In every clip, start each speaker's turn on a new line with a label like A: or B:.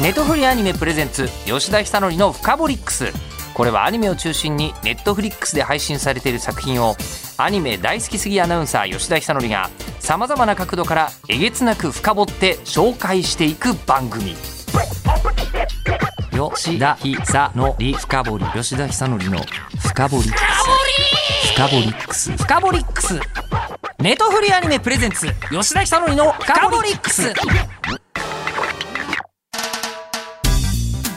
A: ネットフリアニメプレゼンツ吉田久典の「フカボリックス」これはアニメを中心にネットフリックスで配信されている作品をアニメ大好きすぎアナウンサー吉田久典がさまざまな角度からえげつなく深掘って紹介していく番組吉田久典深掘り吉田久典の深掘り深掘りックス深掘りックスネトフリアニメプレゼンツ吉田久典の深掘りックス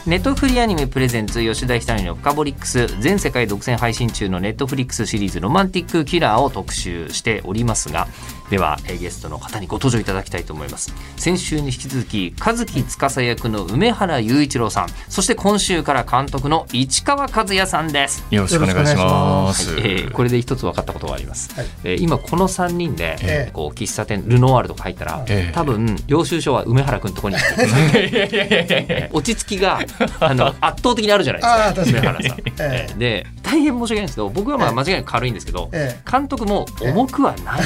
A: ネットフリアニメプレゼンツ吉田ひたりのフカボリックス全世界独占配信中のネットフリックスシリーズロマンティックキラーを特集しておりますがではえーゲストの方にご登場いただきたいと思います先週に引き続き和樹司役の梅原雄一郎さんそして今週から監督の市川和也さんです
B: よろしくお願いします。
A: えーこれで一つ分かったことがあります、
C: はい
A: えー今この3人で、
C: ええ
A: こう喫茶店ルノワールとか入ったら、
B: ええ
A: 多分領収書は梅原君のとこに行って る落ち着きがあの圧倒的にあるじゃない
C: ああ
A: です
C: 確
A: か梅
C: か
A: 原
C: に
A: さん、
C: え
A: えーで大変申し訳ないんですけど僕はまあ
C: ええ
A: 間違いなく軽いんですけど、
C: え
A: 監督も重くはない、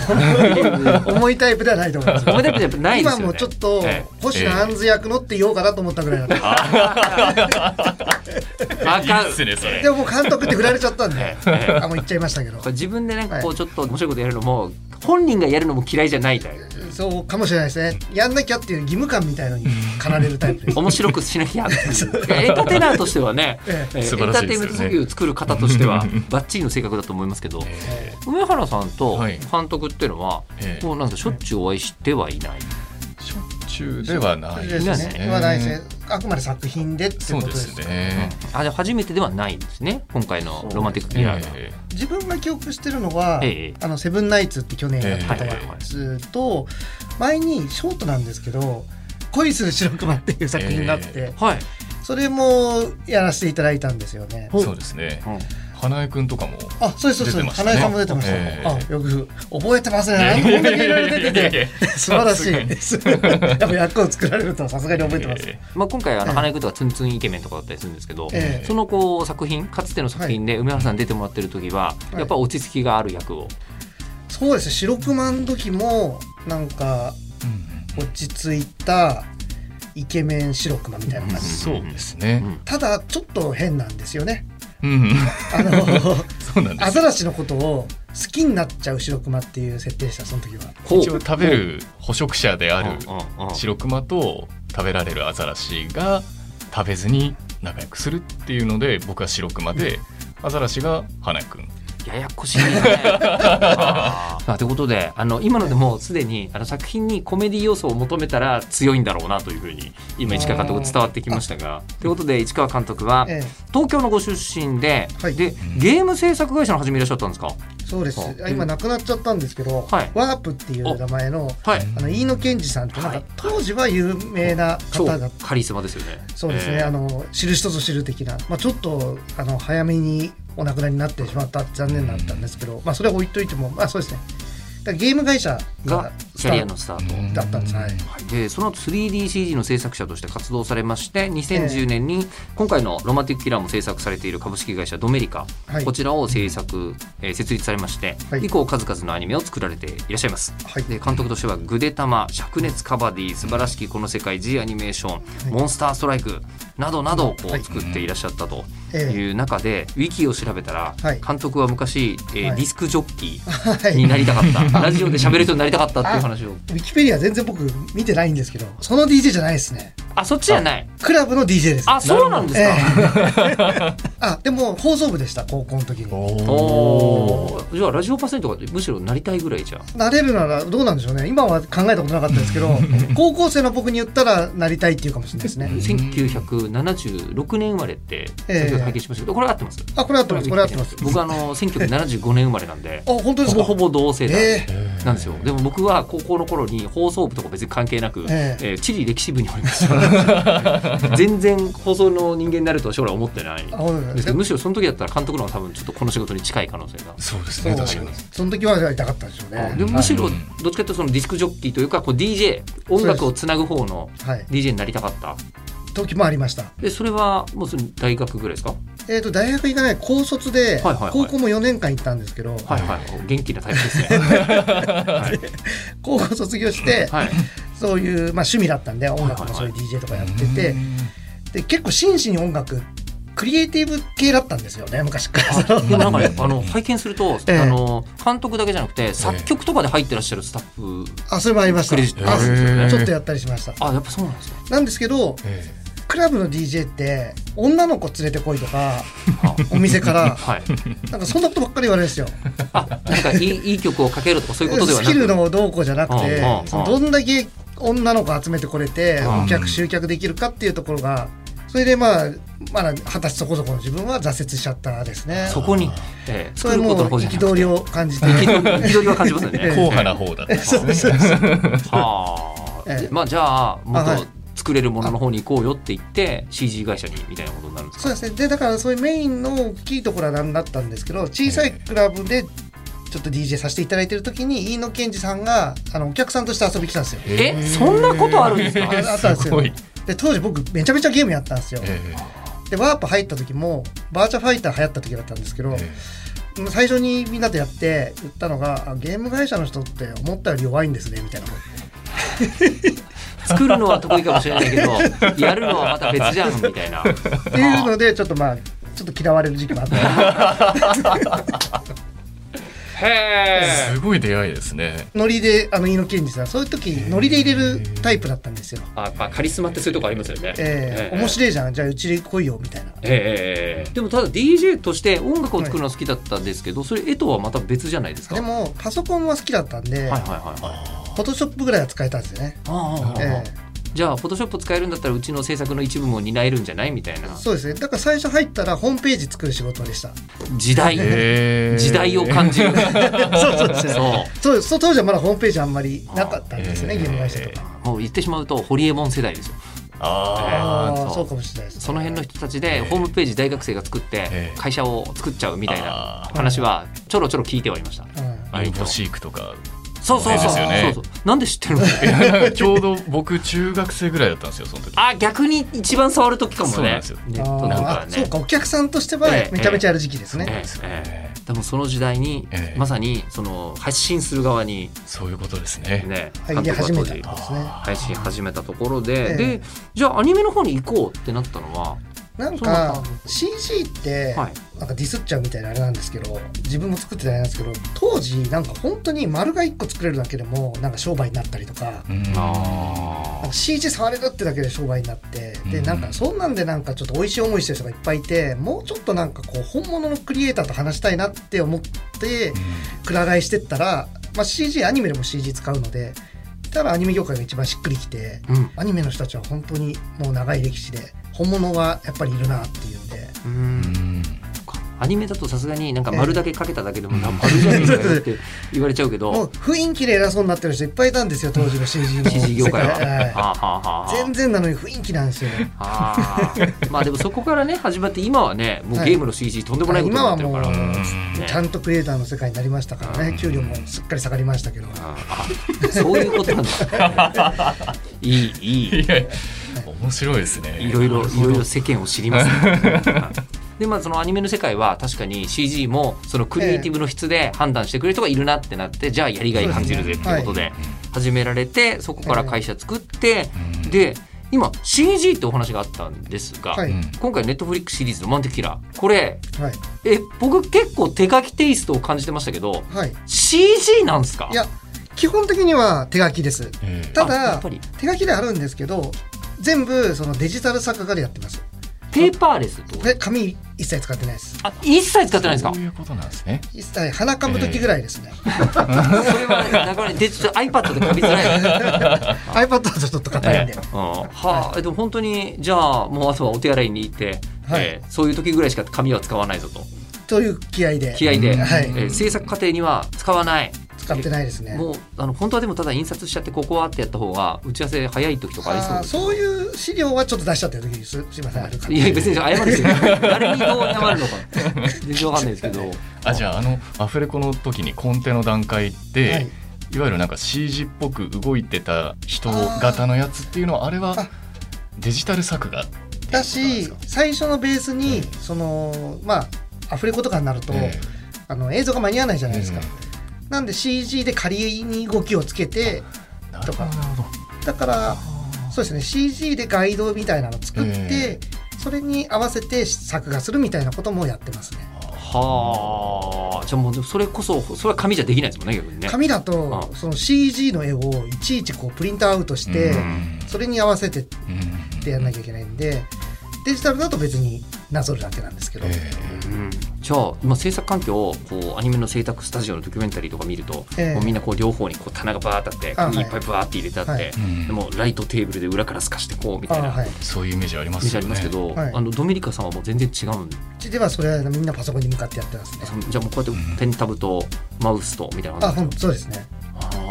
C: え重いタイプではないと思います
A: 重たくないですよ
C: 今
A: ね
C: もちょっと
A: ええ
C: 星野杏子役のって言おうかなと思ったぐらいだった
A: あかん
B: いいっすねそれ
C: でももう監督って振られちゃったんで
A: ええ
C: あもう言っちゃいましたけど
A: これ自分でなんかこ
C: は
A: うちょっと面白いことやるのも本人がやるのも嫌いじゃないみたいな
C: そうかもしれないですねやんなきゃっていう義務感みたいのに駆られるタイプです
A: 面白くしな きゃっていうエンターテイナーとしてはね、
C: え
A: えー
B: 素晴らしいですよね
A: エンターテインメント作品を作る方として はバッチリの性格だと思いますけど、
B: え
A: 梅原さんと
B: はい
A: 監督っていうのは、
B: ええ
A: こうなんかしょっちゅうお会いしてはいない、
B: ーしょっちゅうではない
C: で
B: ですす
C: ね
B: ね。
C: まあないですねあくまで作品でっていう
B: そ
C: こ
B: う
C: と
B: で
C: です
B: す
C: ね
B: ね。
A: あじゃあ初めてではないんですね今回の「ロマンティック・キラーが」
B: え
C: 自分が記憶してるのは
A: ええ
C: 「あのセブンナイツ」って去年やってた
A: え
C: や
A: え
C: つと前にショートなんですけど「恋する白熊」っていう作品があっ
B: え
C: て
A: はい、
C: それもやらせていただいたんですよね
B: ーそうですね。花江くんとかも。
C: あ、そうです、そうです、
B: 出てましたね
C: 花江さんも出てました。
B: え
C: あ、よく覚えてますね。あこんだけいろいろ出て
B: いやいやい
C: て、 素晴らしいで す。やっぱ役を作られると、さすがに覚えてます。
B: え
A: まあ、今回あ
C: え
A: の
C: え
A: 花江君とかツンツンイケメンとかだったりするんですけど、
C: ええ
A: そのこう作品かつての作品で梅原さん出てもらってる時は、
C: はい
A: やっぱ落ち着きがある役を
C: そうです、白熊の時も、なんか
B: ーうん
C: 落ち着いた。イケメン白熊みたいな感じ。
B: そうです
A: う
B: ね。
A: ん
C: ただ、ちょっと変なんですよね。
B: うん。
C: あの。
B: そうなんで
C: ア
B: す。
C: ザラシのことを好きになっちゃう白熊っていう設定でしたその時は
A: ほう
B: 一応食べる捕食者である
A: うんうんうん
B: 白熊と食べられるアザラシが食べずに仲良くするっていうので僕は白熊でアザラシが花江くん。
A: ややこしいね。 あーまあ、ということであの今のでもうすでにあの作品にコメディ要素を求めたら強いんだろうなというふうに今市川監督伝わってきましたが。ということで市川監督は
C: え
A: 東京のご出身で,、
C: はい
A: でゲーム制作会社の始めいらっしゃったんですか
C: えそうです
A: そう
C: あ今亡くなっちゃったんですけど、
A: はい
C: ワープっていう名前の
A: はい
C: あの飯野健二さんってな
A: は
C: んか
A: い
C: 当時は有名な
A: 超
C: 方だった、
A: カリスマですよね。
C: そうです
A: え
C: ね、
A: ー
C: あの知る人ぞ知る的な、まあ、ちょっとあの早めにお亡くなりになってしまった残念だったんですけど、まあ、それは置いといても、まあ、そうですねだからゲーム会社
A: が
C: が
A: キャリアのスタート。
C: だったんです、はい、
A: はいでその後 3DCG の制作者として活動されまして2010年に今回の「ロマンティック・キラー」も制作されている株式会社ドメリカ、
C: はい
A: こちらを制作、えー設立されまして、
C: はい
A: 以降数々のアニメを作られていらっしゃいます、
C: はい
A: で監督としては「グデタマ」「灼熱カバディ」「素晴らしきこの世界 G アニメーション」モンスターストライク」などなどをこ
C: は
A: う
C: い
A: 作っていらっしゃったと
C: ええ
A: いう中で、ウィキを調べたら、
C: はい
A: 監督は昔、えー
C: はい
A: ディスクジョッキ
C: は
A: ーに
C: い
A: なりたか った、ラジオで喋る人になりたかったっていう話を
C: ウィキペディア全然僕見てないんですけどその DJ じゃないですね
A: あそっちじゃない
C: クラブの DJ です
A: あそうなんですか、
C: ええあでも放送部でした高校の時に
A: おーじゃあラジオパーソナリティとかむしろなりたいぐらいじゃん
C: なれるならどうなんでしょうね今は考えたことなかったです けど高校生の僕に言ったらなりたいっていうかもしれないですね
A: 1976年生まれって
C: ええ
A: 先ほど拝見しましたけどこれ合ってます
C: あこれ合ってますこれ合ってます
A: 僕あの1975年生まれなんで
C: あ本当です
A: ほ
C: か
A: ぼほぼ同世代
C: ええ
A: なんですよでも僕は高校の頃に放送部とか別に関係なく、え
C: え
A: ー地理歴史部におりました 全然放送の人間になるとは将来思ってない
C: あ本当
A: で
C: ですす
A: けど
C: か
A: むしろその時だったら監督の方が多分ちょっとこの仕事に近い可能性が
B: そうです
C: そう
B: ね確かに。
C: その時はやりたかったでしょうね
A: でむしろ
B: はい
A: どっちかというとそのディスクジョッキーというかこう DJ 音楽をつなぐ方の
C: はい
A: DJ になりたかった
C: 時もありました
A: でそれはもうその大学ぐらいですか
C: えっと大学行かない高卒で
A: はいはいはい
C: 高校も4年間行ったんですけど
A: はいはい元気なタイプですね
C: 高校卒業して
A: はい
C: そういう、まあ、趣味だったんで音楽もそういう DJ とかやってて、で結構真摯に音楽クリエイティブ系だったんですよね昔から。その
A: でもなんかね、あの拝見すると、
C: ええ
A: あの監督だけじゃなくて作曲とかで入ってらっしゃるスタッフ、
C: あそれもありました
A: クレジット
B: があるんですよね
C: あちょっとやったりしました
A: あやっぱそうなんですね。
C: なんですけど
B: え
C: クラブの DJ って女の子連れてこいとかお店 から
A: はい。
C: なんかそんなことばっかり言われるんですよ
A: あなんかいいいい曲をかけるとかそういうことでは
C: ス
A: なく。
C: キルのどうこうじゃなくて
A: うんうんうん
C: そのどんだけ女の子集めてこれて
A: うん
C: お客集客できるかっていうところがそれでまあまだ二十歳そこそこの自分は挫折しちゃったですね
A: そこに、ええ、
C: それ
A: 作るこ
C: も
A: との方じゃなく
C: 憤りを感じて
A: て憤り憤りは感じますよ
B: え
A: ね。
B: 硬派な方だったんですね。
A: はあ、
C: ええ
A: まあじゃあもっ
C: あはい
A: と作れるものの方に行こうよって言って CG 会社にみたいなことになるんです
C: そう
A: か
C: ですねでだからそういうメインの大きいところは何だったんですけど小さいクラブでちょっと DJ させていただいてる時に飯野健二さんがあのお客さんとして遊び来たんですよ。
A: えそんなことあるんですか
B: えー
C: あったんですよ
B: ごい。
C: で当時僕めちゃめちゃゲームやったんですよ。
B: えー
C: でワープ入った時もバーチャファイター流行った時だったんですけど、
B: え
C: 最初にみんなとやって言ったのがあゲーム会社の人って思ったより弱いんですねみたいなこと
A: 作るのは得意かもしれないけ どやるのはまた別じゃんみたいな。
C: っていうのでちょっとまあちょっと嫌われる時期もあった
A: へ
B: ーすごい出会いですね。
C: ノリであの飯野健二さんそういう時ノリで入れるタイプだったんですよ。
A: あやっぱカリスマってそういうとこありますよね。
C: えー、面白いじゃんじゃあうちで来いよみたいな。
A: ええでもただ DJ として音楽を作るのは好きだったんですけど、それ絵とはまた別じゃないですか。
C: でもパソコンは好きだったんで、
A: はいはいはいはい。
C: フォトショップぐらいは使えたんですよね。
A: ああああああ
C: え
A: じゃあフォトショップ使えるんだったらうちの制作の一部も担えるんじゃないみたいな
C: えそうですね。だから最初入ったらホームページ作る仕事でした。
A: 時代、
B: えー
A: 時代を感 じる。
C: そうそうですね
A: そう。
C: そうそう当時はまだホームページあんまりなかったんですよね、
B: あー
C: ゲーム会社とか。
A: もう言ってしまうとホリエモン世代ですよ
B: あ
C: あ
A: えーそ
C: あ
A: う
C: そうかもしれないです、ね。
A: その辺の人たち
B: え
A: で
B: ー
A: ホームページ大学生が作って
B: えー
A: 会社を作っちゃうみたいな
B: あー
A: 話はちょろちょろ聞いてはいました
C: うん
B: あ、アイボシークとか。
A: そうそう
B: そう
A: そう
B: です
A: そう
B: よね
A: そうなんで知ってるの
B: ちょうど僕中学生ぐらいだったんですよ、その時。
A: あ逆に一番触る時かも
B: そうなん
A: ね
B: ですよ
A: ネッ
C: あ
A: ト
C: ー
A: なんか
C: あ
A: ね
C: そうかお客さんとしては
A: ええ
C: めちゃめちゃやる時期ですね、
A: え
B: そう
A: え
B: ですよね
A: ええでもその時代に、
B: ええ
A: まさにその発信する側に
B: そういうことですね。
A: ね
C: 入り始め
A: 当
C: たん
A: 時
C: ですね
A: 配信始めたところで、
C: ええ
A: でじゃあアニメの方に行こうってなったのは、
C: なん
A: そうだった
C: か CG って
A: はい
C: なんかディスっちゃうみたいなあれなんですけど自分も作ってたあれなんですけど当時なんか本当に丸が1個作れるだけでもなんか商売になったりとか
B: うん
A: あ
C: なんか CG 触れるってだけで商売になってで
B: うん
C: なんかそんなんでなんかちょっと美味しい思いしてる人がいっぱいいてもうちょっとなんかこう本物のクリエイターと話したいなって思ってくら替えしてったら、まあ、CG アニメでも CG 使うのでたらアニメ業界が一番しっくりきて
A: ーうん
C: アニメの人たちは本当にもう長い歴史で本物がやっぱりいるなっていうんで。
A: うん
B: うん
A: アニメだとさすがになんか丸だけかけただけでもな丸じゃねえかよって言われちゃうけ
C: もう
A: ど、
C: 雰囲気で偉そうになってる人いっぱいいたんですよ当時の CG の
A: CG 業界は。
C: 世界
A: は
C: は
A: あはあはあ
C: い全然なのに雰囲気なんですよ
A: ああまあでもそこからね始まって今はねもうゲームの CG とんでもないことに
C: 今
A: な
C: は
A: ってる
C: も
A: か
C: う
A: ら。あ
B: ね
C: ちゃんとクリエイターの世界になりましたから
A: うん
C: ね給料もすっかり下がりましたけど
A: あそういうことなんだ。いいいい
B: いや面白いですね。
A: いろいろ
B: なる
A: い
B: ほど
A: ろいろ世間を知りますね。でまあそのアニメの世界は確かに CG もそのクリエイティブの質で判断してくれる人がいるなってなってじゃあやりがい感じるぜってことで始められてそこから会社作って
B: うん
A: で今 CG ってお話があったんですが
C: はい
B: うん
A: 今回ネットフリックスシリーズ「ロマンティックキラー」これ
C: はい
A: え僕結構手書きテイストを感じてましたけど
C: はい
A: CG なんですか
C: いや基本的には手書きです
B: ええ
C: た
A: あやっ
C: だ
A: ぱり
C: 手書きであるんですけど全部そのデジタル作家でやってます
A: ペーパーレスってこと
C: で紙一切使ってないです
A: あ一切使ってないんですか
B: そういうことなんですね。
C: 一切鼻かむ時ぐらいですね、
A: それはなかなかデジタル iPad で書きづらいですね
C: iPad だとちょっと硬いんで、
A: うんはあ、でも本当にじゃあもうあとはお手洗いに行って、
C: はい
A: えーそういう時ぐらいしか紙は使わないぞと
C: という気合で
A: 気合で、
B: うん
C: はい
A: えー制作過程には使わない
C: 使ってないですね
A: もうあの本当はでもただ印刷しちゃってここはってやった方が打ち合わせ早い時とかありそう
C: あー
A: です
C: そういう資料はちょっと出しちゃってる時にすすいませんあるから
A: いや別に謝るんですよ 誰にどう謝るのか全然わかんないですけど
B: あじゃああのアフレコの時にコンテの段階で、
C: はいい、
B: わゆるなんか CG っぽく動いてた人型のやつっていうのはあれは
C: あ
B: デジタル作画
C: だし最初のベースに、そのまあアフレコとかになると、
B: ええ
C: あの映像が間に合わないじゃないですか、
B: え
C: なんで CG で仮に動きをつけて
B: えなるほどなるほど
C: だからそうですね CG でガイドみたいなの作って、それに合わせて作画するみたいなこともやってますね。
A: はあじゃあもうそれこそそれは紙じゃできないですもんね逆にね
C: 紙だ
A: あ
C: とその CG の絵をいちいちこうプリントアウトして、
B: うん
C: それに合わせてっ
B: うん
C: てやんなきゃいけないんでデジタルだと別になぞるだけなんですけど、
B: え
A: うんじゃあ今制作環境をこうアニメの制作スタジオのドキュメンタリーとか見ると、
C: ええ
A: もうみんなこう両方にこう棚がバーッてあ
C: あ
A: っ
C: は
A: て
C: い
A: いっぱいバーって入れてあって、
C: はい
B: えうん
A: でもライトテーブルで裏から透かしてこうみ
C: あ
A: たいな
C: あはい、
B: そういうイメージありま
A: イメー
B: す
A: ジあ
B: よ
A: り
B: ね。
A: ますけど、
C: はい
A: あのドミニカさんはもう全然違うんで
C: うちではそれはみんなパソコンに向かってやってますね
A: そ。のじゃあもうこうやってペンタブとマウスとみたいな
C: あ
A: 感じ
C: ほ
A: なん
C: ん
A: です
C: そうですね
A: かあ
B: うん
A: ー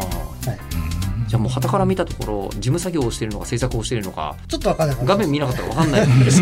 A: じゃあもう傍から見たところ事務作業をしてるのか制作をしてるのか
C: ちょっとわかんない
A: 画面見なかったら分かんないです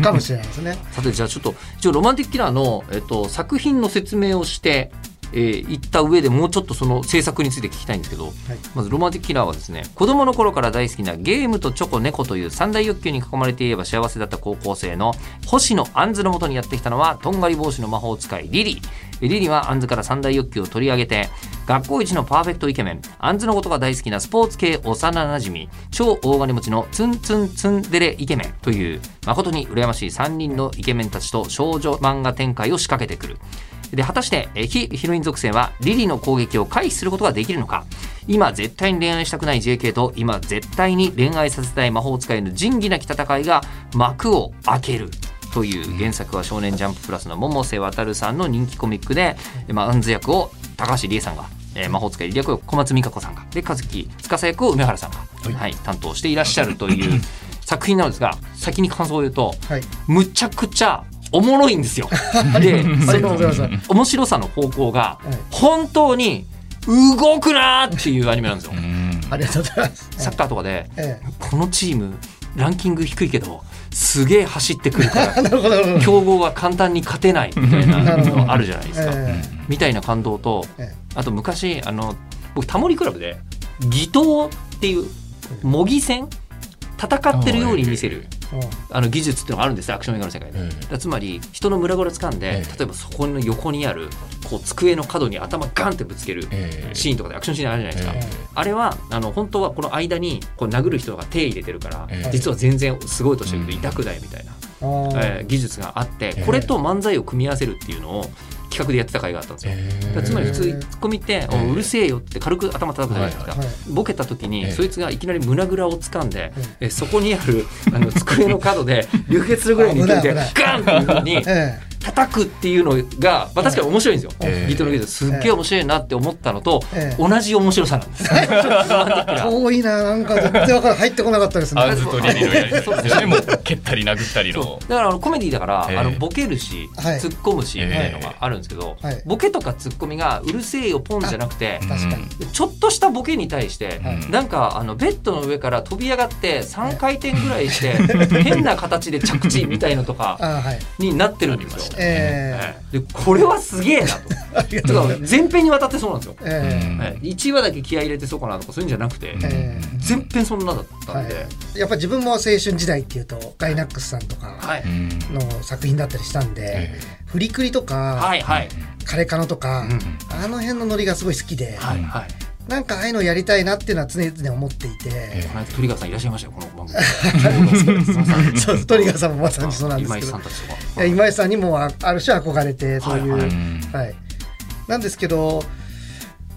C: かもしれないですね。
A: さてじゃあちょっと一応ロマンティックキラーの、えっと、作品の説明をしてえーいった上でもうちょっとその制作について聞きたいんですけど、まずロマンティックキラーはですね子供の頃から大好きなゲームとチョコ猫という三大欲求に囲まれていれば幸せだった高校生の星野杏ズのもとにやってきたのはとんがり帽子の魔法使いリリーえリリはアンズから三大欲求を取り上げて学校一のパーフェクトイケメンアンズのことが大好きなスポーツ系幼馴染み超大金持ちのツンツンツンデレイケメンという誠に羨ましい3人のイケメンたちと少女漫画展開を仕掛けてくるで果たしてえー非ヒロイン属性はリリの攻撃を回避することができるのか今絶対に恋愛したくない JK と今絶対に恋愛させたい魔法使いの仁義なき戦いが幕を開けるという原作は「少年ジャンププラス」の百瀬渉さんの人気コミックで、えーまあ、アンズ役を高橋理恵さんが、えー魔法使いリリ役を小松美香子さんがで和樹司役を梅原さんが、はい担当していらっしゃるという 作品なんですが先に感想を言うと
C: はい。
A: むちゃくちゃおもろいんです よ。で
C: ありがとうございます。
A: 面白さの方向が
C: はい
A: 本当に動くなーっていうアニメなんですよ
B: う。ん
C: ありがとうございます。
A: サッカーとかで
C: ええ
A: このチームランキング低いけどすげえ走ってくるか
C: え
A: ら
C: なるほど、なるほど。
A: 強豪は簡単に勝てないみたいなのあるじゃないですか。
C: え
A: みたいな感動と
C: ええ
A: あと昔あの僕タモリクラブで偽刀っていう模擬戦戦ってるように見せる
C: えうん
A: あの技術っていうのがあるんですよアクション映画の世界で、
B: ええ
A: だからつまり人の胸ぐら掴んで、
B: ええ
A: 例えばそこの横にあるこう机の角に頭ガンってぶつける
B: ええ
A: シーンとかでアクションシーンあるじゃないですか、
B: ええ
A: あれはあの本当はこの間にこう殴る人が手入れてるから、
B: ええ
A: 実は全然すごいとしてるけど
B: うん
A: 痛くないみたいな、
C: あー
A: えー技術があって
B: ええ
A: これと漫才を組み合わせるっていうのを企画でやってた回があったんですよ。
B: ええ
A: だからつまり普通
C: ええ
A: ツッコミって、
B: ええ
A: おうるせえよって軽く頭叩くじゃないですか、
B: はい
C: はい
A: ボケた時に、
B: ええ
A: そいつがいきなり胸ぐらを掴んで、
C: うん
A: えそこにあるあの机の角で流血するぐらいに勢いで
C: 危ない危
A: ガンっていう風に
C: え
A: 叩くっていうのが、まあ、確かに面白いんですよ、
B: ええ
A: ギートの技術すっげえ面白いなって思ったのと、
C: ええ
A: 同じ面白さなんです。
C: え 遠いな、なんか全然わからん入ってこなかったですね。
B: アンズとリリのやりとりですよね。もう蹴ったり殴ったりの。
A: だからあのコメディだから、
B: ええ
A: あのボケるし、
C: はい
A: 突っ込むしみたいなのがあるんですけど、
C: ええはい
A: ボケとか突っ込みがうるせえよポンじゃなくて、
C: 確かに。
A: ちょっとしたボケに対して、
B: はい
A: なんかあのベッドの上から飛び上がって3回転ぐらいして、 変な形で着地みたいのとか
C: あーはい。
A: になってるんですよ。
C: え
A: ええでこれはすげえなと。
C: えあり
A: て
C: がとう
A: か
C: ございます。
A: 全編にわたってそうなんですよ。
C: え
B: うん
A: ええ1話だけ気合い入れてそうかなとかそういうんじゃなくて、
C: ええ
A: 全編そんなだったんで、
C: はえやっぱ自分も青春時代っていうと、ガイナックスさんとか
A: はい、はい
B: うん
C: の作品だったりしたんで、
B: え
C: フリクリと
A: は
C: か、
A: いはい
C: カレカノとか
A: うん、
C: あの辺のノリがすごい好きで、
A: はいはい。
C: なんかああいうのやりたいなっていうのは常々思ってい
B: え
C: て、
A: この間鳥川さんいらっしゃいましたよこの番組。
C: そうトリガーさんもまさにそうなんです
A: 今
C: け
A: 井
C: ど
A: さん。たちと
C: い
A: か。
C: や今井さんにもあある種憧れてそういう、
A: は
C: はいい
A: は
B: え
A: い
C: なんですけど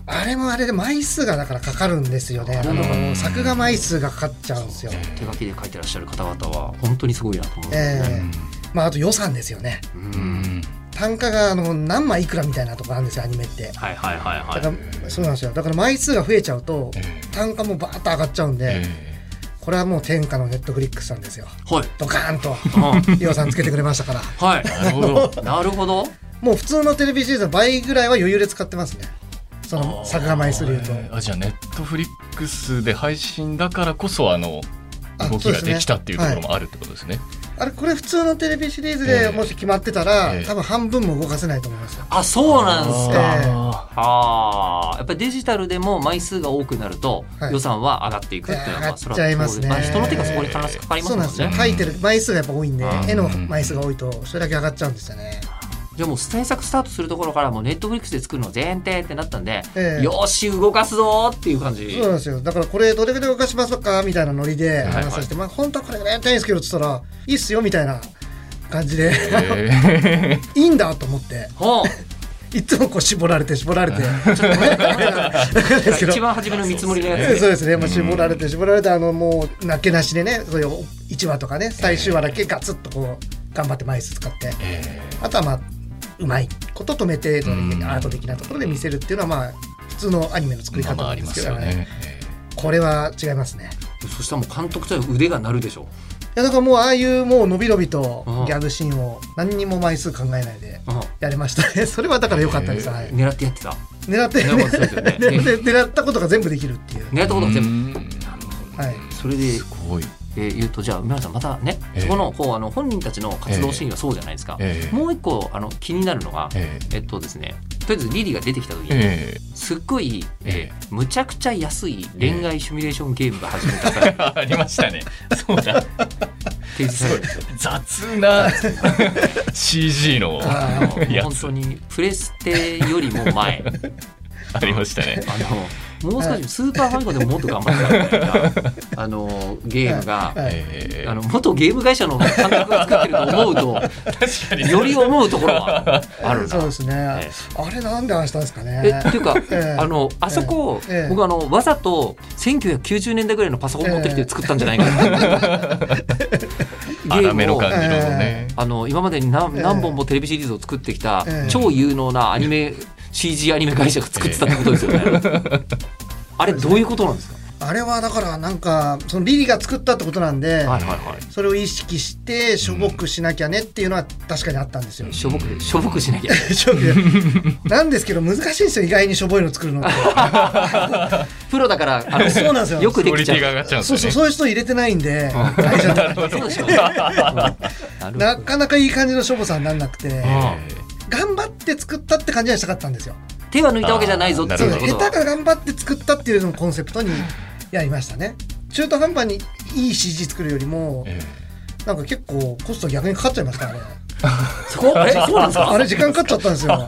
C: あれもあれで枚数がだからかかるんですよねなんかもう作画枚数がかかっちゃうんですよ、
A: 手書きで書いてらっしゃる方々は本当にすごいなと思うんですよね。
C: ええまああと予算ですよね
A: うん
C: 単価があの何枚いくらみたいなとこあるんですよアニメって
A: はいはいはいは
C: だ
A: い
C: か。らそうなんですよだから枚数が増えちゃうと
B: え
C: 単価もバーッと上がっちゃうんで、
B: え
C: これはもう天下のネットフリックスさんですよ
A: はい。
C: ドカーンと
A: う
C: 予算つけてくれましたから
A: んはい。
B: なるほど。
A: なるほど。
C: もう普通のテレビシリーズの倍ぐらいは余裕で使ってますねその
A: あー
C: 作画枚数でいうと
B: ええあじゃあネットフリックスで配信だからこそあの
C: あ
B: 動き
C: そう
B: が
C: すね
B: できたっていうところ
C: は
B: もあるってことですね。
C: いあれこれ普通のテレビシリーズ
B: ええ
C: でもし決まってたら、
B: ええ
C: 多分半分も動かせないと思いますよ
A: あそうなんです
C: ええ
A: か。
B: あ
A: ああ。やっぱりデジタルでも枚数が多くなると
C: はい
A: 予算は上がっていくっていうのはま
C: 上が
A: あ
C: っ
A: それ
C: ちゃい
A: は
C: ま
A: そう
C: す
A: で
C: ね
A: まあ人の手がそこに必ずかかりま
C: そ
A: す
C: う
A: も
C: なん
A: ん
C: ですよ
A: ね。
C: 書いてる枚数がやっぱ多いんで
A: うん
C: 絵の枚数が多いとそれだけ上がっちゃうんですよね
A: じゃあもう制作スタートするところからもうネットフリックスで作るの前提ってなったんで、
C: ええ
A: よーし動かすぞーっていう感じ
C: そうなんですよだからこれどれぐらい動かしますかみたいなノリで
B: いはい
C: 話させて、まあ本当はこれぐらいやりたいんですけどっつったらいいっすよみたいな 感じで
B: え
C: いいんだと思って
A: ほう
C: いつもこう絞られて絞ら れてちょっとねですけど
A: 一番初めの見積もりのやつ
C: えー そうですね、もう絞られて絞られてあのもうなけなしでねそういう1話とかね最終話だけガツッとこう頑張って枚数使ってあとはまあうまいこと止めてア
B: うん
C: ート的なところで見せるっていうのはまあ普通のアニメの作り
B: ー、まあ
C: 方
B: まあ
C: な
B: あ
C: ん
B: り
C: で
B: ますす
C: け
B: よ
C: どね
B: ね。
C: これは違いますね
A: そしたらもう監督としては腕が鳴るでしょ
C: いやだからもうああいうもう伸び伸びと
A: うん
C: ギャグシーンを何にも枚数考えないで
A: うん
C: やれましたね それはだから良かったです、
B: へー
C: はい、
A: 狙ってやってた
C: 狙って
A: 狙ってますよね
C: 狙って狙ったことが全部できるっていう、
A: 狙ったことが全部
B: 部。
C: はい
A: それです
B: ごい。
A: えー言うとじゃあ村さんまたね、
B: ええ
A: そこのこうあの本人たちの活動シーンはそうじゃないですか、
B: ええ
A: もう一個あの気になるのが、え
B: え
A: っとですねとりあえずリリーが出てきた時
B: ー、
A: に
B: え
A: すっごい、え
B: ええ
A: ーむちゃくちゃ安い恋愛シミュレーションゲームが始めたから
B: ー、 ありましたね。そうだ。
A: 提示されるんですよ
B: 雑な CG の
A: あ の
B: や
A: 本
B: つ
A: 当にプレステよりも前
B: ありましたね。
A: あのもう少しスーパーファミコンでももっと頑張ってたみたいなあのゲームが。
C: はい
B: えー
A: あの元ゲーム会社の監督が作ってると思うと
B: 確かに
A: より思うところはある
C: そう
A: な
C: で。すね、
A: え
C: あれなんでああしたんですかね
A: えっていうか、
C: ええ
A: あのあそこ、
C: ええ
A: 僕あのわざと1990年代ぐらいのパソコン持ってきて作ったんじゃないかな、 ゲー
B: 粗
A: ム
B: めの
A: を
B: 感じのね。
A: あの今までに何,、
C: ええ
A: 何本もテレビシリーズを作ってきた、
C: ええ
A: 超有能なアニメ CG アニメ会社が作ってたってことですよね。あれどういうことなんですか。
C: あれはだからなんかそのリリが作ったってことなんで、
A: はいはいはい。
C: それを意識してしょぼくしなきゃねっていうのは確かにあったんですよ。
A: しょぼくしょぼくしなきゃ。
C: しょぼく なんですけど難しいんですよ意外にしょぼいの作るのって
A: プロだからあの
C: そうなんですよ
A: よくで
B: クオ
A: き
B: リ
A: ち
B: ティが
A: ゃう。
B: 上がっちゃうんです
C: そう
B: よね。
C: そうそういう人入れてないんで会社の中に
A: そうでし ょうね。うんなる
C: な
A: ほど。
C: かなかいい感じのしょぼさになんなくて
A: う
B: え
C: 頑張って作ったって感じはしたかったんですよ。
A: 手は抜いたわけじゃないぞって
B: な
C: そう
A: い
B: る
A: う
B: ほど
A: こと
C: 下
A: は
C: 手。が頑張って作ったっていうのをコンセプトにやりましたね。中途半端にいい CG 作るよりも
B: ーえ
C: なんか結構コスト逆にかかっちゃいますからね。
A: そこえそうなんですか。
C: あれ時間かかっちゃったんですよ。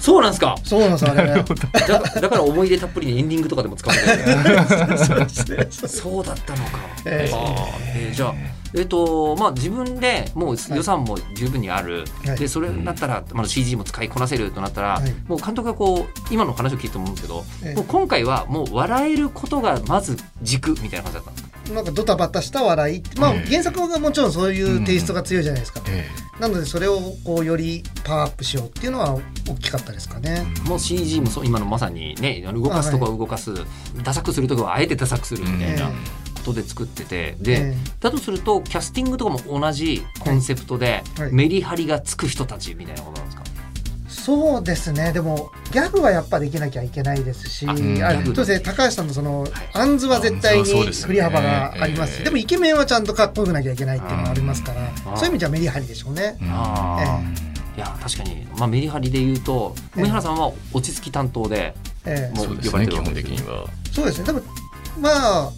A: そうなんですか。
C: そうなんですあれね。
A: だだから思い出たっぷりにエンディングとかでも使わ れてそうだったのか、
C: ええ
A: ああえーじゃあえっ、とまあ自分でもう予算も十分にある、
C: はい
A: でそれだったら、まあ、CG も使いこなせるとなったら、
C: はい
A: もう監督がこう今の話を聞いて思うんですけど、
C: ええ
A: もう今回はもう笑えることがまず軸みたいな感じだったんですか
C: なんかドタバタした笑い、まあ、
B: ええ
C: 原作がもちろんそういうテイストが強いじゃないですか、
B: ーえ
C: なのでそれをこうよりパワーアップしようっていうのは大きかったですかね、
B: ー
A: もう CG もそう今のまさにねあの動かすとこは動かす、ダサくするとこはあえてダサくするみたいな
C: え
A: ことで作ってて、
C: え
A: で、だとするとキャスティングとかも同じコンセプトで、
C: はい
A: メリハリがつく人たちみたいなことなんですか、
C: えそうですねでもギャグはやっぱできなきゃいけないですし、
A: あ
C: あ
B: うんギャ
A: グ
C: そうですね高橋さんのその
A: い
C: アンズは絶対
B: あんずはそう
C: に
B: ですよ
C: 振
B: ね
C: り幅がありますし、
B: ええ
C: でもイケメンはちゃんとかっこよくなきゃいけないっていうのがありますから、
A: うん
C: そういう意味じゃメリハリでしょうね、
B: うん
A: あーいや確かに、まあ、メリハリで言うと
C: ええ
A: 梅原さんは落ち着き担当で、
C: ええ
A: も
B: そうで
A: 呼ばれ
B: すね
A: て
B: 基
A: るわけ
B: 本
A: です
B: 的
A: ね
B: には
C: そうですねでもまあ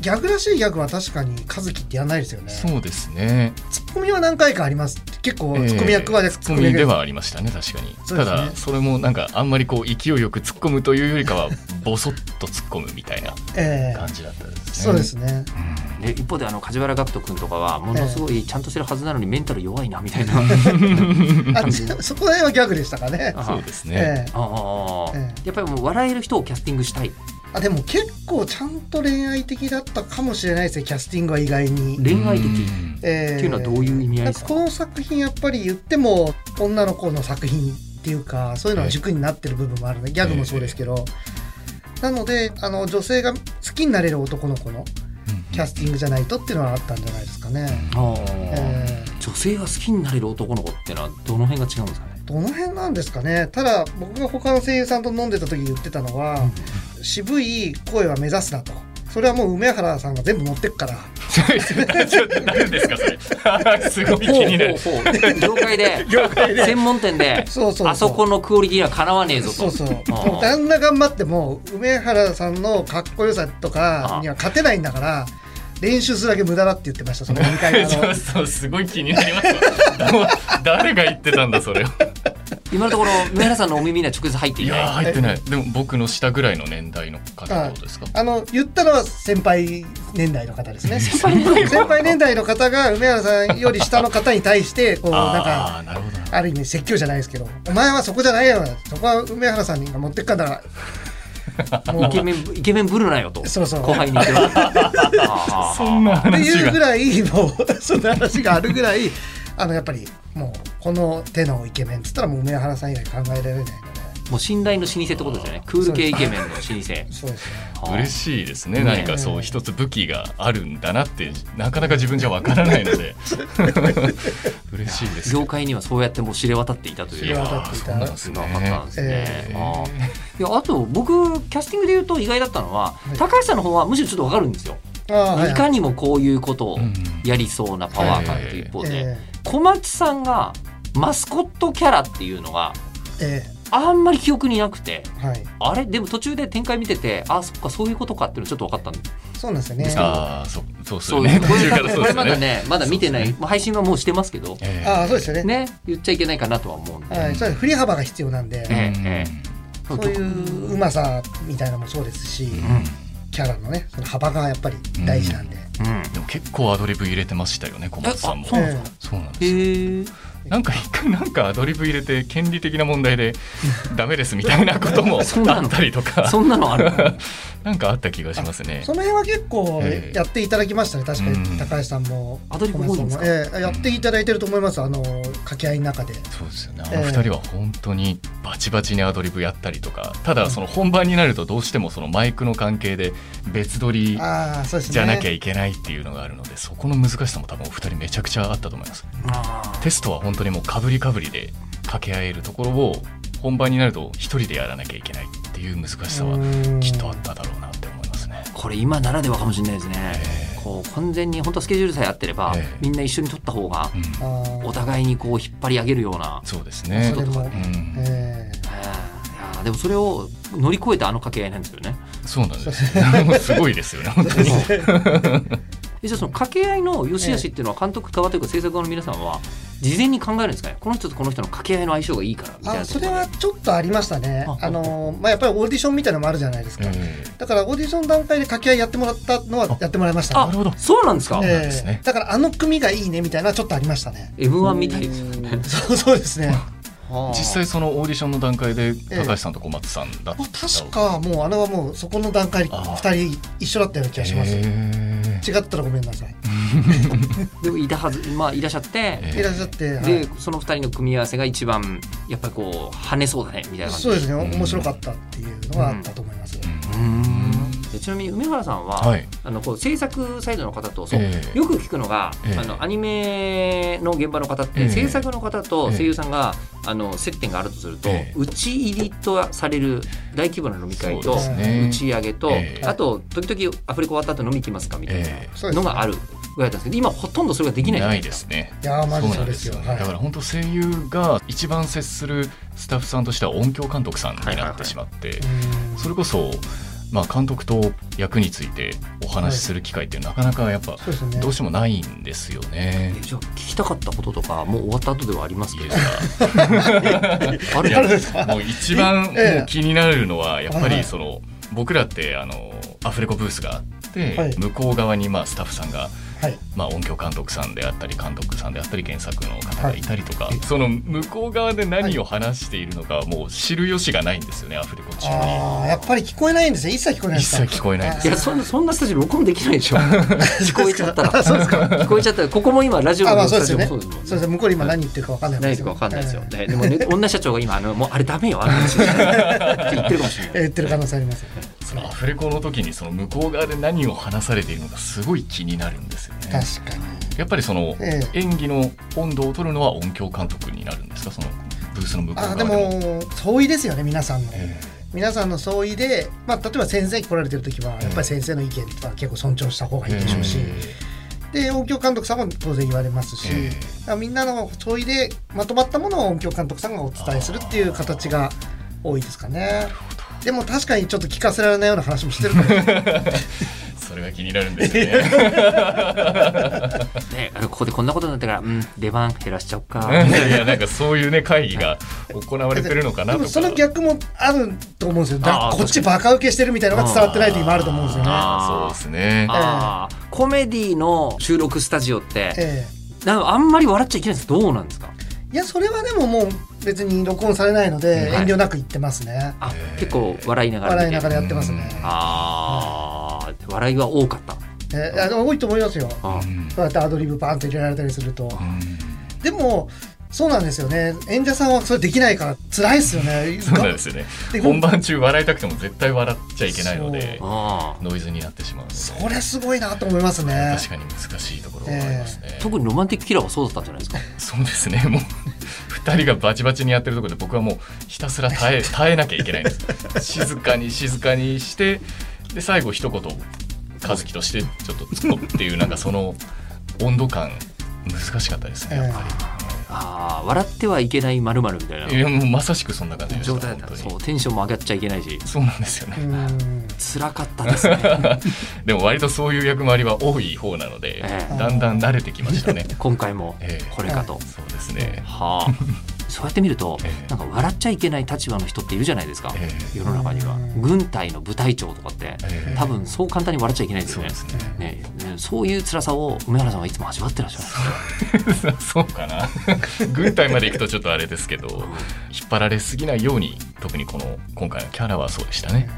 C: ギャグらしいギャグは確かに和樹ってやらないですよね
B: そうですね
C: ツッコミは何回かあります結構ツッコミ役はね
B: えー
C: ツ
B: ツ
C: ッ
B: ッコ
C: コミ
B: ミ
C: 役
B: ではありましたね確かに、
C: そうで
B: た
C: すね
B: だそれもなんかあんまりこう勢いよく突っ込むというよりかはボソッと突っ込むみたいな
C: ええ
B: 感じだったですね、
C: そうですね
A: で一方であの梶原岳人君とかはものすごいちゃんとしてるはずなのにメンタル弱いなみたいな あ
C: あちそ こら辺はギャグでしたかね
A: あ
B: そうですね、
C: ええ
A: あー
C: ええ
A: やっぱりもう笑える人をキャスティングしたい
C: あでも結構ちゃんと恋愛的だったかもしれないですねキャスティングは意外に
A: 恋愛的
B: うん
C: え
A: っ
C: え
A: ていうのはどういう意味合い
C: な
A: で
C: んか
A: すか
C: この作品やっぱり言っても女の子の作品っていうかそういうのは軸になってる部分もあるのでギャグもそうですけど、なのであの女性が好きになれる男の子のキャスティングじゃないとっていうのはあったんじゃないですかね、
A: あー
C: ええ
A: 女性が好きになれる男の子っていうのはどの辺が違うんですかね
C: どの辺なんですかねただ僕が他の声優さんと飲んでた時に言ってたのは、渋い声は目指すなとそれはもう梅原さんが全部持ってくから
B: ちょっと何ですかそれ すごい気になる
A: ほうほうほう業界で
C: 業界
A: 専門店で
C: そうそうそう
A: あそこのクオリティにはかなわねえぞと
C: そうそうで
A: ああ
C: も旦那頑張っても梅原さんのかっこよさとかには勝てないんだから練習するだけ無駄だって言ってましたその飲み会で あ
B: そ
C: の
B: うそうすごい気になりますわ誰が言ってたんだそれを
A: 今のところ上原さんのお耳には直接入って
B: い
A: い
B: やー
A: ない
B: 入ってないでも僕の下ぐらいの年代の方ってことですか
C: あの言ったのは先輩年代の方ですね先
A: 輩年代
C: 輩年代の方が梅原さんより下の方に対してこうなんか
B: ああーなるほどな
C: ある意味説教じゃないですけど「お前はそこじゃないよそこは梅原さんに持ってっかんだから」もう
A: イケメンイケメンぶるなよと
C: そうそう
A: 後輩に言ってますあー
B: そんな
C: って
B: 話
C: いうぐ
B: が
C: らいもうそんな話があるぐらいあのやっぱりもうこの手のイケメンっつったらもう梅原さん以外考えられないので
A: もう信頼の老舗ってことですよねクール系イケメンの老舗
C: そうですね
B: 嬉
A: い
B: しいですね
A: ね
B: 何かそう一つ武器があるんだなってなかなか自分じゃわからないので嬉しいです
A: 業界にはそうやってもう知れ渡っていたと
B: い
A: いう
B: や
A: か
B: ーそうなんです
A: すごかったん
B: ね
A: ですね、
B: えー
A: あーいやあと僕キャスティングで言うと意外だったのは、高橋さんの方はむしろちょっとわかるんですよ、
C: ああはい
A: い
C: は
A: か
C: い
A: にもこういうことを
B: うん
A: やりそうなパワー感という一方で、
C: え
A: 小松さんがマスコットキャラっていうのが
C: ええ
A: あんまり記憶になくて
C: えはい
A: あれでも途中で展開見ててあそっかそういうことかっていうのちょっと分かったんです
C: そうなんですよね
B: ああそうそうです
A: そ
B: よ
A: う
B: ね
A: こ
B: 途中から
A: れ
B: そう
A: これ
B: ですよ
A: まだ
B: ね
A: ねまだ見てない、まあ配信はもうしてますけど
B: え
C: ああそうですよね
A: ね言っちゃいけないかなとは思うんで、
C: はい、それ振り幅が必要なんで、
A: え
B: え
A: ええ
C: そういううまさみたいなのもそうですし、
B: うん
C: キャラのねその幅がやっぱり大事なんで、
A: うん
B: でも結構アドリブ入れてましたよね小松さんも
A: えあそうなん
B: そう
C: え
B: なんですよ
A: へえ
B: なんか一回なんかアドリブ入れて権利的な問題で ダメですみたいなことも
A: そうな
B: あ
A: の
B: ったりとか
A: そんなのある
B: なんかあった気がします
C: え
B: ね
C: そ。の辺は結構
B: ええ
C: やっていただきましたね確か
B: うん
C: に高橋さんも
A: アドリブ多いんですか
C: 小松さんもええやっていただいてると思いますあの掛け合いの中で
B: そうですよね。あ
C: え
B: の
C: え
B: 二人は本当にバチバチにアドリブやったりとか、ただその本番になるとどうしてもそのマイクの関係で別撮り
C: ああそうですね
B: じゃなきゃいけないっていうのがあるので、そこの難しさも多分お二人めちゃくちゃあったと思います。テストは本当にもうかぶりかぶりで掛け合えるところを本番になると一人でやらなきゃいけないっていう難しさは
C: うん
B: きっとあっただろうなって思いますね。
A: これ今ならではかもしれないですね、
B: え
A: こう完全に本当はスケジュールさえ合ってれば、
B: ええ
A: みんな一緒に撮った方が
B: うん
C: あー
A: お互いにこう引っ張り上げるような、
B: そうですね
C: そ。れも、
B: うん
C: え
A: えーいやーでもそれを乗り越えたあの掛け合いなんですよね
B: そうなんですよ、 ね。すごいですよね。本当に。
A: えじゃあその掛け合いの良し悪しっていうのは監督側というか制作側の皆さんは事前に考えるんですかねこの人とこの人の掛け合いの相性がいいからみ
C: え
A: たいな
C: あ
A: とこ
C: そ
A: ろ
C: れ
A: まで
C: はちょっとありましたね
A: あ
C: あのまあやっぱりオーディションみたいなのもあるじゃないですか、
B: え
C: だからオーディション段階で掛け合いやってもらったのはやってもらいましたね
A: あ
B: なるほど
A: そうなんですか、
B: そうなんですね
C: ええだからあの組がいいねみたいなのはちょっとありましたね
A: M1 みたいですよね
C: そうそうですね
B: 実際そのオーディションの段階で高橋さんと小松さんだった、
C: もう確かもうあれはもうそこの段階で
B: あー
C: 2人一緒だったような気がします、
B: へえ
C: 違ったらごめんなさい、
A: でもいたはずまあいらっしゃって、
B: ええ
C: いらっしゃって、はい
A: でその二人の組み合わせが一番やっぱりこう跳ねそうだねみたいな感じ
C: そうですね
B: うん
C: 面白かったっていうのはあったと思います、
A: うーんでちなみに梅原さんは、
B: はい
A: あのこう制作サイドの方とそう、
B: ええ
A: よく聞くのが、
B: ええ
A: あのアニメの現場の方って、
B: ええ
A: 制作の方と声優さんが、あの接点があるとすると、
B: ええ
A: 打ち入りとされる大規模な飲み会
B: そう
A: と、
B: ですね
A: 打ち上げと、
B: ええ
A: あと時々アフレコ終わった後飲み行きますかみたい
B: え
C: そう
A: な
C: で
A: の
C: す
A: があるぐらいだったんですけど今ほとんどそれができない
B: ないですね
C: いやーマジそうですよ
B: ねだから本当声優が一番接するスタッフさんとしては音響監督さんになってしまって、
C: うん
B: それこそまあ監督と役についてお話しする機会ってなかなかやっぱ
C: そうですね
B: どうしてもないんですよね
A: え。じゃあ聞きたかったこととかもう終わった後ではあります
B: い
A: け
B: い
A: ど
B: です
A: ある
B: かいや
A: やん
B: もう一番も
C: ええ
B: う気になるのはやっぱ
C: はいは
B: り
C: い
B: その僕らってあのアフレコブースがあって、
C: はい
B: 向こう側にまあスタッフさんが、
C: はい
B: まあ、音響監督さんであったり監督さんであったり原作の方が
C: はい
B: いたりとか、その向こう側で何を話しているのかはもう知る由がないんですよねアフレコ中に。
C: あーやっぱり聞こえないんですね一切聞こえないで
B: 一
C: すか
B: 切聞こえないです
A: いやそんなそんなスタジオ録音できないでし ょ聞こえちゃったら聞こえちゃったらここも今ラジオ
C: あまあ
A: の
C: そう
A: ス
C: で
A: タジ
C: す
A: オ
C: よ
A: も
C: ね
A: そ
C: そうう
A: で
C: で
A: もんね
C: すすね向こうで今何言ってるかわかんない
A: 何ですかわかんないですよ、
C: え
A: ねでも、 ね、女社長が今あのもうあれダメよあの話って言ってるかもしれ
C: え
A: ない
C: 言ってる可能性ありますよね
B: そのアフレコの時にその向こう側で何を話されているのかすごい気になるんですよね。
C: 確かに
B: やっぱりその
C: え
B: 演技の温度を取るのは音響監督になるんですかそのブースの向こう
C: あ
B: 側
C: ー
B: で
C: で
B: も。
C: も相違ですよね皆さんの、
B: ええ
C: 皆さんの相違で、まあ、例えば先生に来られてる時はやっぱり先生の意見は結構尊重した方がいいでしょうし、で音響監督さんも当然言われますし、
B: ええ
C: だからみんなの相違でまとまったものを音響監督さんがお伝えするっていう形が多いですかね。でも確かにちょっと聞かせられないような話もしてるから
B: それが気になるんですよね。
A: ね、あのここでこんなことになったから、うん、出番減らしちゃおっか。
B: いやなんかそういうね会議が行われてるのかな
C: で
B: と
C: も
B: か。
C: その逆もあると思うんですよだ
A: あー
C: こっちバカ受けしてるみたいなのが伝わってない時もあると思うんですよね
B: あーそうですね。
A: あーコメディの収録スタジオって、
C: え
A: なんかあんまり笑っちゃいけないんですどうなんですか
C: えいやそれはでももう別に録音されないので
A: はい
C: 遠慮なく言ってますね、
A: あ
B: えー
A: 結構笑いながら
C: 笑い
A: 見て
C: ながらやってますね
B: う、
A: あー笑いは多かった
C: ええあの多いと思いますよこ
A: あー
B: うん
C: うやってアドリブバーンと入れられたりすると、
B: うん
C: でもそうなんですよね演者さんはそれできないから辛いですよね
B: そうなんですよね
C: で。
B: 本番中笑いたくても絶対笑っちゃいけないので
C: そ
A: あー
B: ノイズになってしまうので。
C: それすごいなと思いますね
B: 確かに難しいところがありますね。
A: 特にロマンティックキラーはそうだったんじゃない ですか
B: そうですね。もう二人がバチバチにやってるところで僕はもうひたす ら耐え耐えなきゃいけないんです。静かに静かにしてで最後一言和樹としてちょっと突っ込むっていうなんかその温度感難しかったですね。やっぱ
A: あー笑ってはいけないまるみた
B: りい
A: い
B: やもうまさしくそんな感じ
A: な
B: でした。
A: 状態だった
B: 本当
A: そ
B: に
A: うテンションも上がっちゃいけないし
B: そうなんですよね。
C: うん
A: 辛かったです ね
B: でも割とそういう役回りは多い方なので、
A: え
C: え
B: だんだん慣れてきました ね。
A: 今回も
B: ええ
A: これかと、
B: そうですね。
A: はあ そうやって見ると
B: ええ
A: なんか笑っちゃいけない立場の人っているじゃないですか
B: ええ
A: 世の中には
C: うん
A: 軍隊の部隊長とかって
B: ええ
A: 多分そう簡単に笑っちゃいけないです
B: そ
A: よね
B: うですね。
A: ねねそういう辛さを梅原さんはいつも味わってらっしゃる
B: そう かな軍隊まで行くとちょっとあれですけど引っ張られすぎないように特にこの今回のキャラはそうでしたね。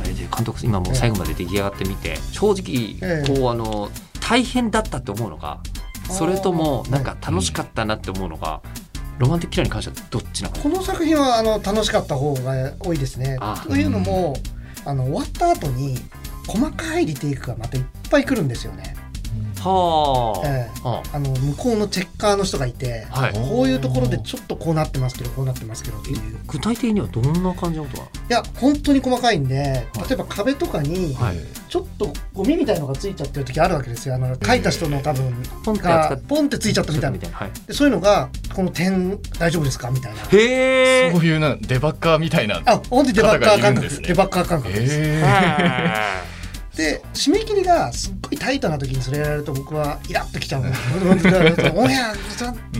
A: あれで監督今もう最後まで出来上がってみて正
C: え
A: 直
C: え
A: こうあの大変だったって思うのかそれともなんか楽しかったなって思うのかロマンティックキラーに関してはどっちなのか
C: この作品はあの楽しかった方が多いですね
A: あ。
C: というのも、あの終わった後に細かいリテイクがまたいっぱい来るんですよね。
A: はあ、
C: ええ
A: あ
C: あの向こうのチェッカーの人がいて、
A: はい
C: こういうところでちょっとこうなってますけどこうなってますけどっていうい
A: 具体的にはどんな感じのことな
C: や本当に細かいんで例えば壁とかに
A: の、はい、
C: ちょっとゴミみたいのがついちゃってる時あるわけですよあの書いた人の多分
A: ポンって扱
C: が
A: って
C: ポンってついちゃったみたいな
A: みたいな、はい、
C: でそういうのがこの点大丈夫ですかみたいな
A: へえ
B: そういうなデバッカーみたいな。
C: あ本当にデバッ
B: 方
C: カー
B: がい
C: 感
B: るんです
C: 覚
B: ね
C: デバッカー感覚です。
B: え
C: で締め切りがすっごいタイトな時にそれやられると僕はイラッときちゃうのオンエア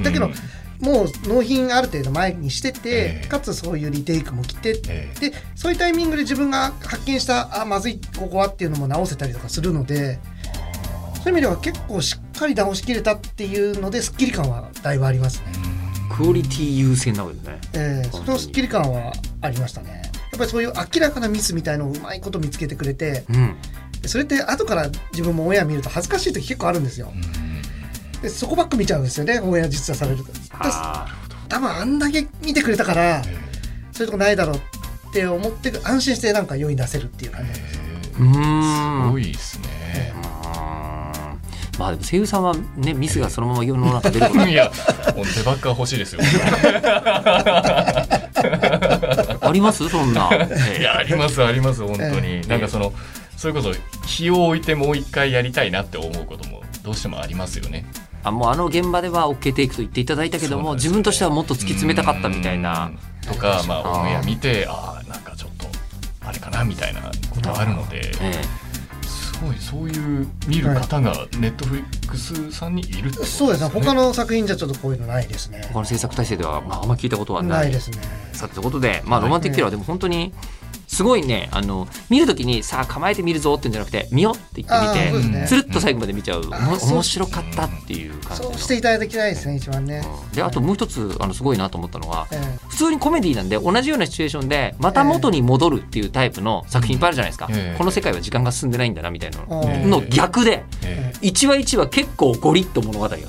C: だけど、
B: うん
C: もう納品ある程度前にしてて、
B: ええ
C: かつそういうリテイクも来て、
B: え
C: でそういうタイミングで自分が発見したあまずいここはっていうのも直せたりとかするのでそういう意味では結構しっかり直しきれたっていうのですっきり感はだいぶありますね。
A: クオリティ優先なわけですね
C: ええそのすっきり感はありましたね。やっぱりそういう明らかなミスみたいのをうまいこと見つけてくれて、
A: うん
C: でそれって後から自分もオンエア見ると恥ずかしい時結構あるんですよでそこばっか見ちゃうんですよねオンエア実はされると
A: あ
C: 多分あんだけ見てくれたから
B: え
C: そういうとこないだろうって思って安心してなんか世に出せるっていう感じ、
A: ーうー
B: す
A: ん
B: ごいですね。
A: まあでも声優さんはねミスがそのまま世の中出るこ
B: いやもうデバッカー欲しいですよ。
A: と ありますそんな、ええ
B: いやありますあります本当
C: え
B: に。なんかそのそれこそ日を置いてもう一回やりたいなって思うこともどうしてもありますよね。
A: あもうあの現場では OK テイクと言っていただいたけども、
B: そうなんです
A: 自分
B: よ
A: としてはもっと突き詰めたかったみたいな
B: うんとかま
A: あー
B: あオンエア見てああなんかちょっとあれかなみたいなことあるので
A: ええ
B: すごいそういう見る方がネットフリックスさんにいるってこと
C: そうですね他
B: の
C: の作品じゃちょっとこういうのないですね
A: 他の制作体制では、まあ、あんま聞いたことはな
C: ないいですね
A: さあということで、まあ、
B: はい
A: ロマンティックキラーはでも本当にすごいねあの見るときにさあ構えて見るぞっていうんじゃなくて見よって言
C: ああ
A: って
C: そう
A: み
C: です
A: て
C: ね
A: つるっと最後まで見ちゃう、おも
C: あそう
A: 面白かったっていう感じの
C: そうしていただきたいですね一番ね、
A: うんであともう一つあのすごいなと思ったのは
C: ええ
A: 普通にコメディなんで同じようなシチュエーションでまた元に戻るっていうタイプの作品いっぱいあるじゃないですか、
B: ええ
A: この世界は時間が進んでないんだなみたいなの,、
C: うん
A: の逆で
B: ええ
A: 一話一話結構ゴリッと物語が進む、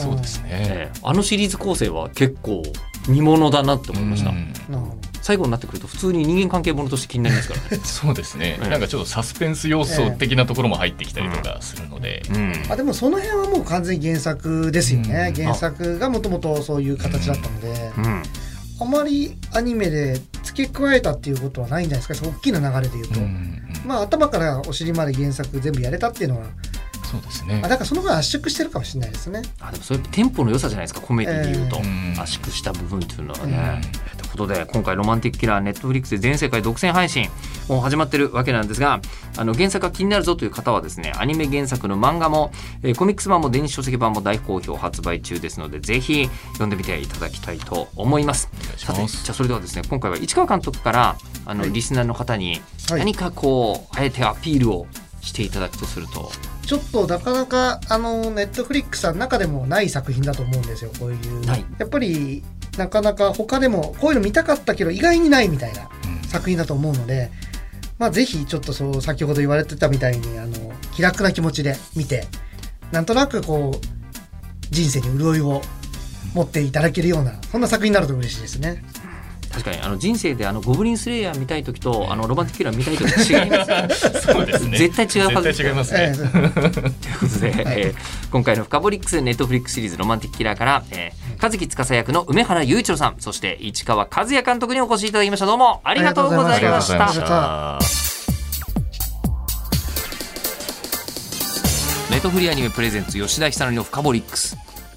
B: そうですね
A: ええあのシリーズ構成は結構見ものだなって思いました、
B: うん
C: なるほど
A: 最後になってくると普通に人間関係ものとして気になりますから ね、
B: そうですね
A: ええ
B: なんかちょっとサスペンス要素的なところも入ってきたりとかするので
C: あでもその辺はもう完全に原作ですよね、
B: うん
C: 原作がもともとそういう形だったので、
A: うんうん
C: あまりアニメで付け加えたっていうことはないんじゃないですか大きな流れで言う
B: う
C: と、
B: んうん
C: まあ頭からお尻まで原作全部やれたっていうのは
B: そうですね
C: あだからその分圧縮してるかもしれないですね
A: あでもそれテンポの良さじゃないですかコメディでいうと、
B: ええ
A: 圧縮した部分っていうのはね、
B: うんだか
A: ことで今回「ロマンティック・キラー」ネットフリックスで全世界独占配信もう始まってるわけなんですがあの原作が気になるぞという方はですねアニメ原作の漫画も、えーコミックス版も電子書籍版も大好評発売中ですのでぜひ読んでみていただきたいと思います。
B: 願いし
A: さて
B: ま
A: じ
B: す
A: ゃあそれではですね今回は市川監督からあの、
C: はい
A: リスナーの方に
C: はい
A: 何かこう、あえてアピールをしていただくとすると、
C: ちょっとなかなかあのネットフリックスの中でもない作品だと思うんですよこういう、
A: はい
C: やっぱりなかなか他でもこういうの見たかったけど意外にないみたいな
B: うん
C: 作品だと思うので、まあ、ぜひちょっとそう先ほど言われてたみたいにあの気楽な気持ちで見てなんとなくこう人生に潤いを持っていただけるようなそんな作品になると嬉しいですね。
A: 確かにあの人生であのゴブリンスレイヤー見たい時とあのロマンティックキラー見たい時違いますよね
B: そうですね。
A: 絶対違うはず
B: 絶対違います
C: え
B: ね。
C: え
A: ということで、えー今回の「フカボリックス」ネットフリックスシリーズ「ロマンティックキラー」から、えー、和樹司役の梅原雄一郎さんそして市川和也監督にお越しいただきましたどうもありがとうござ
B: あ
A: い
B: り
A: ま
B: がとうご
A: し
B: ざいま
A: た
B: し。た。
A: ネットフリーアニメプレゼンツ吉田久典のフカボリックス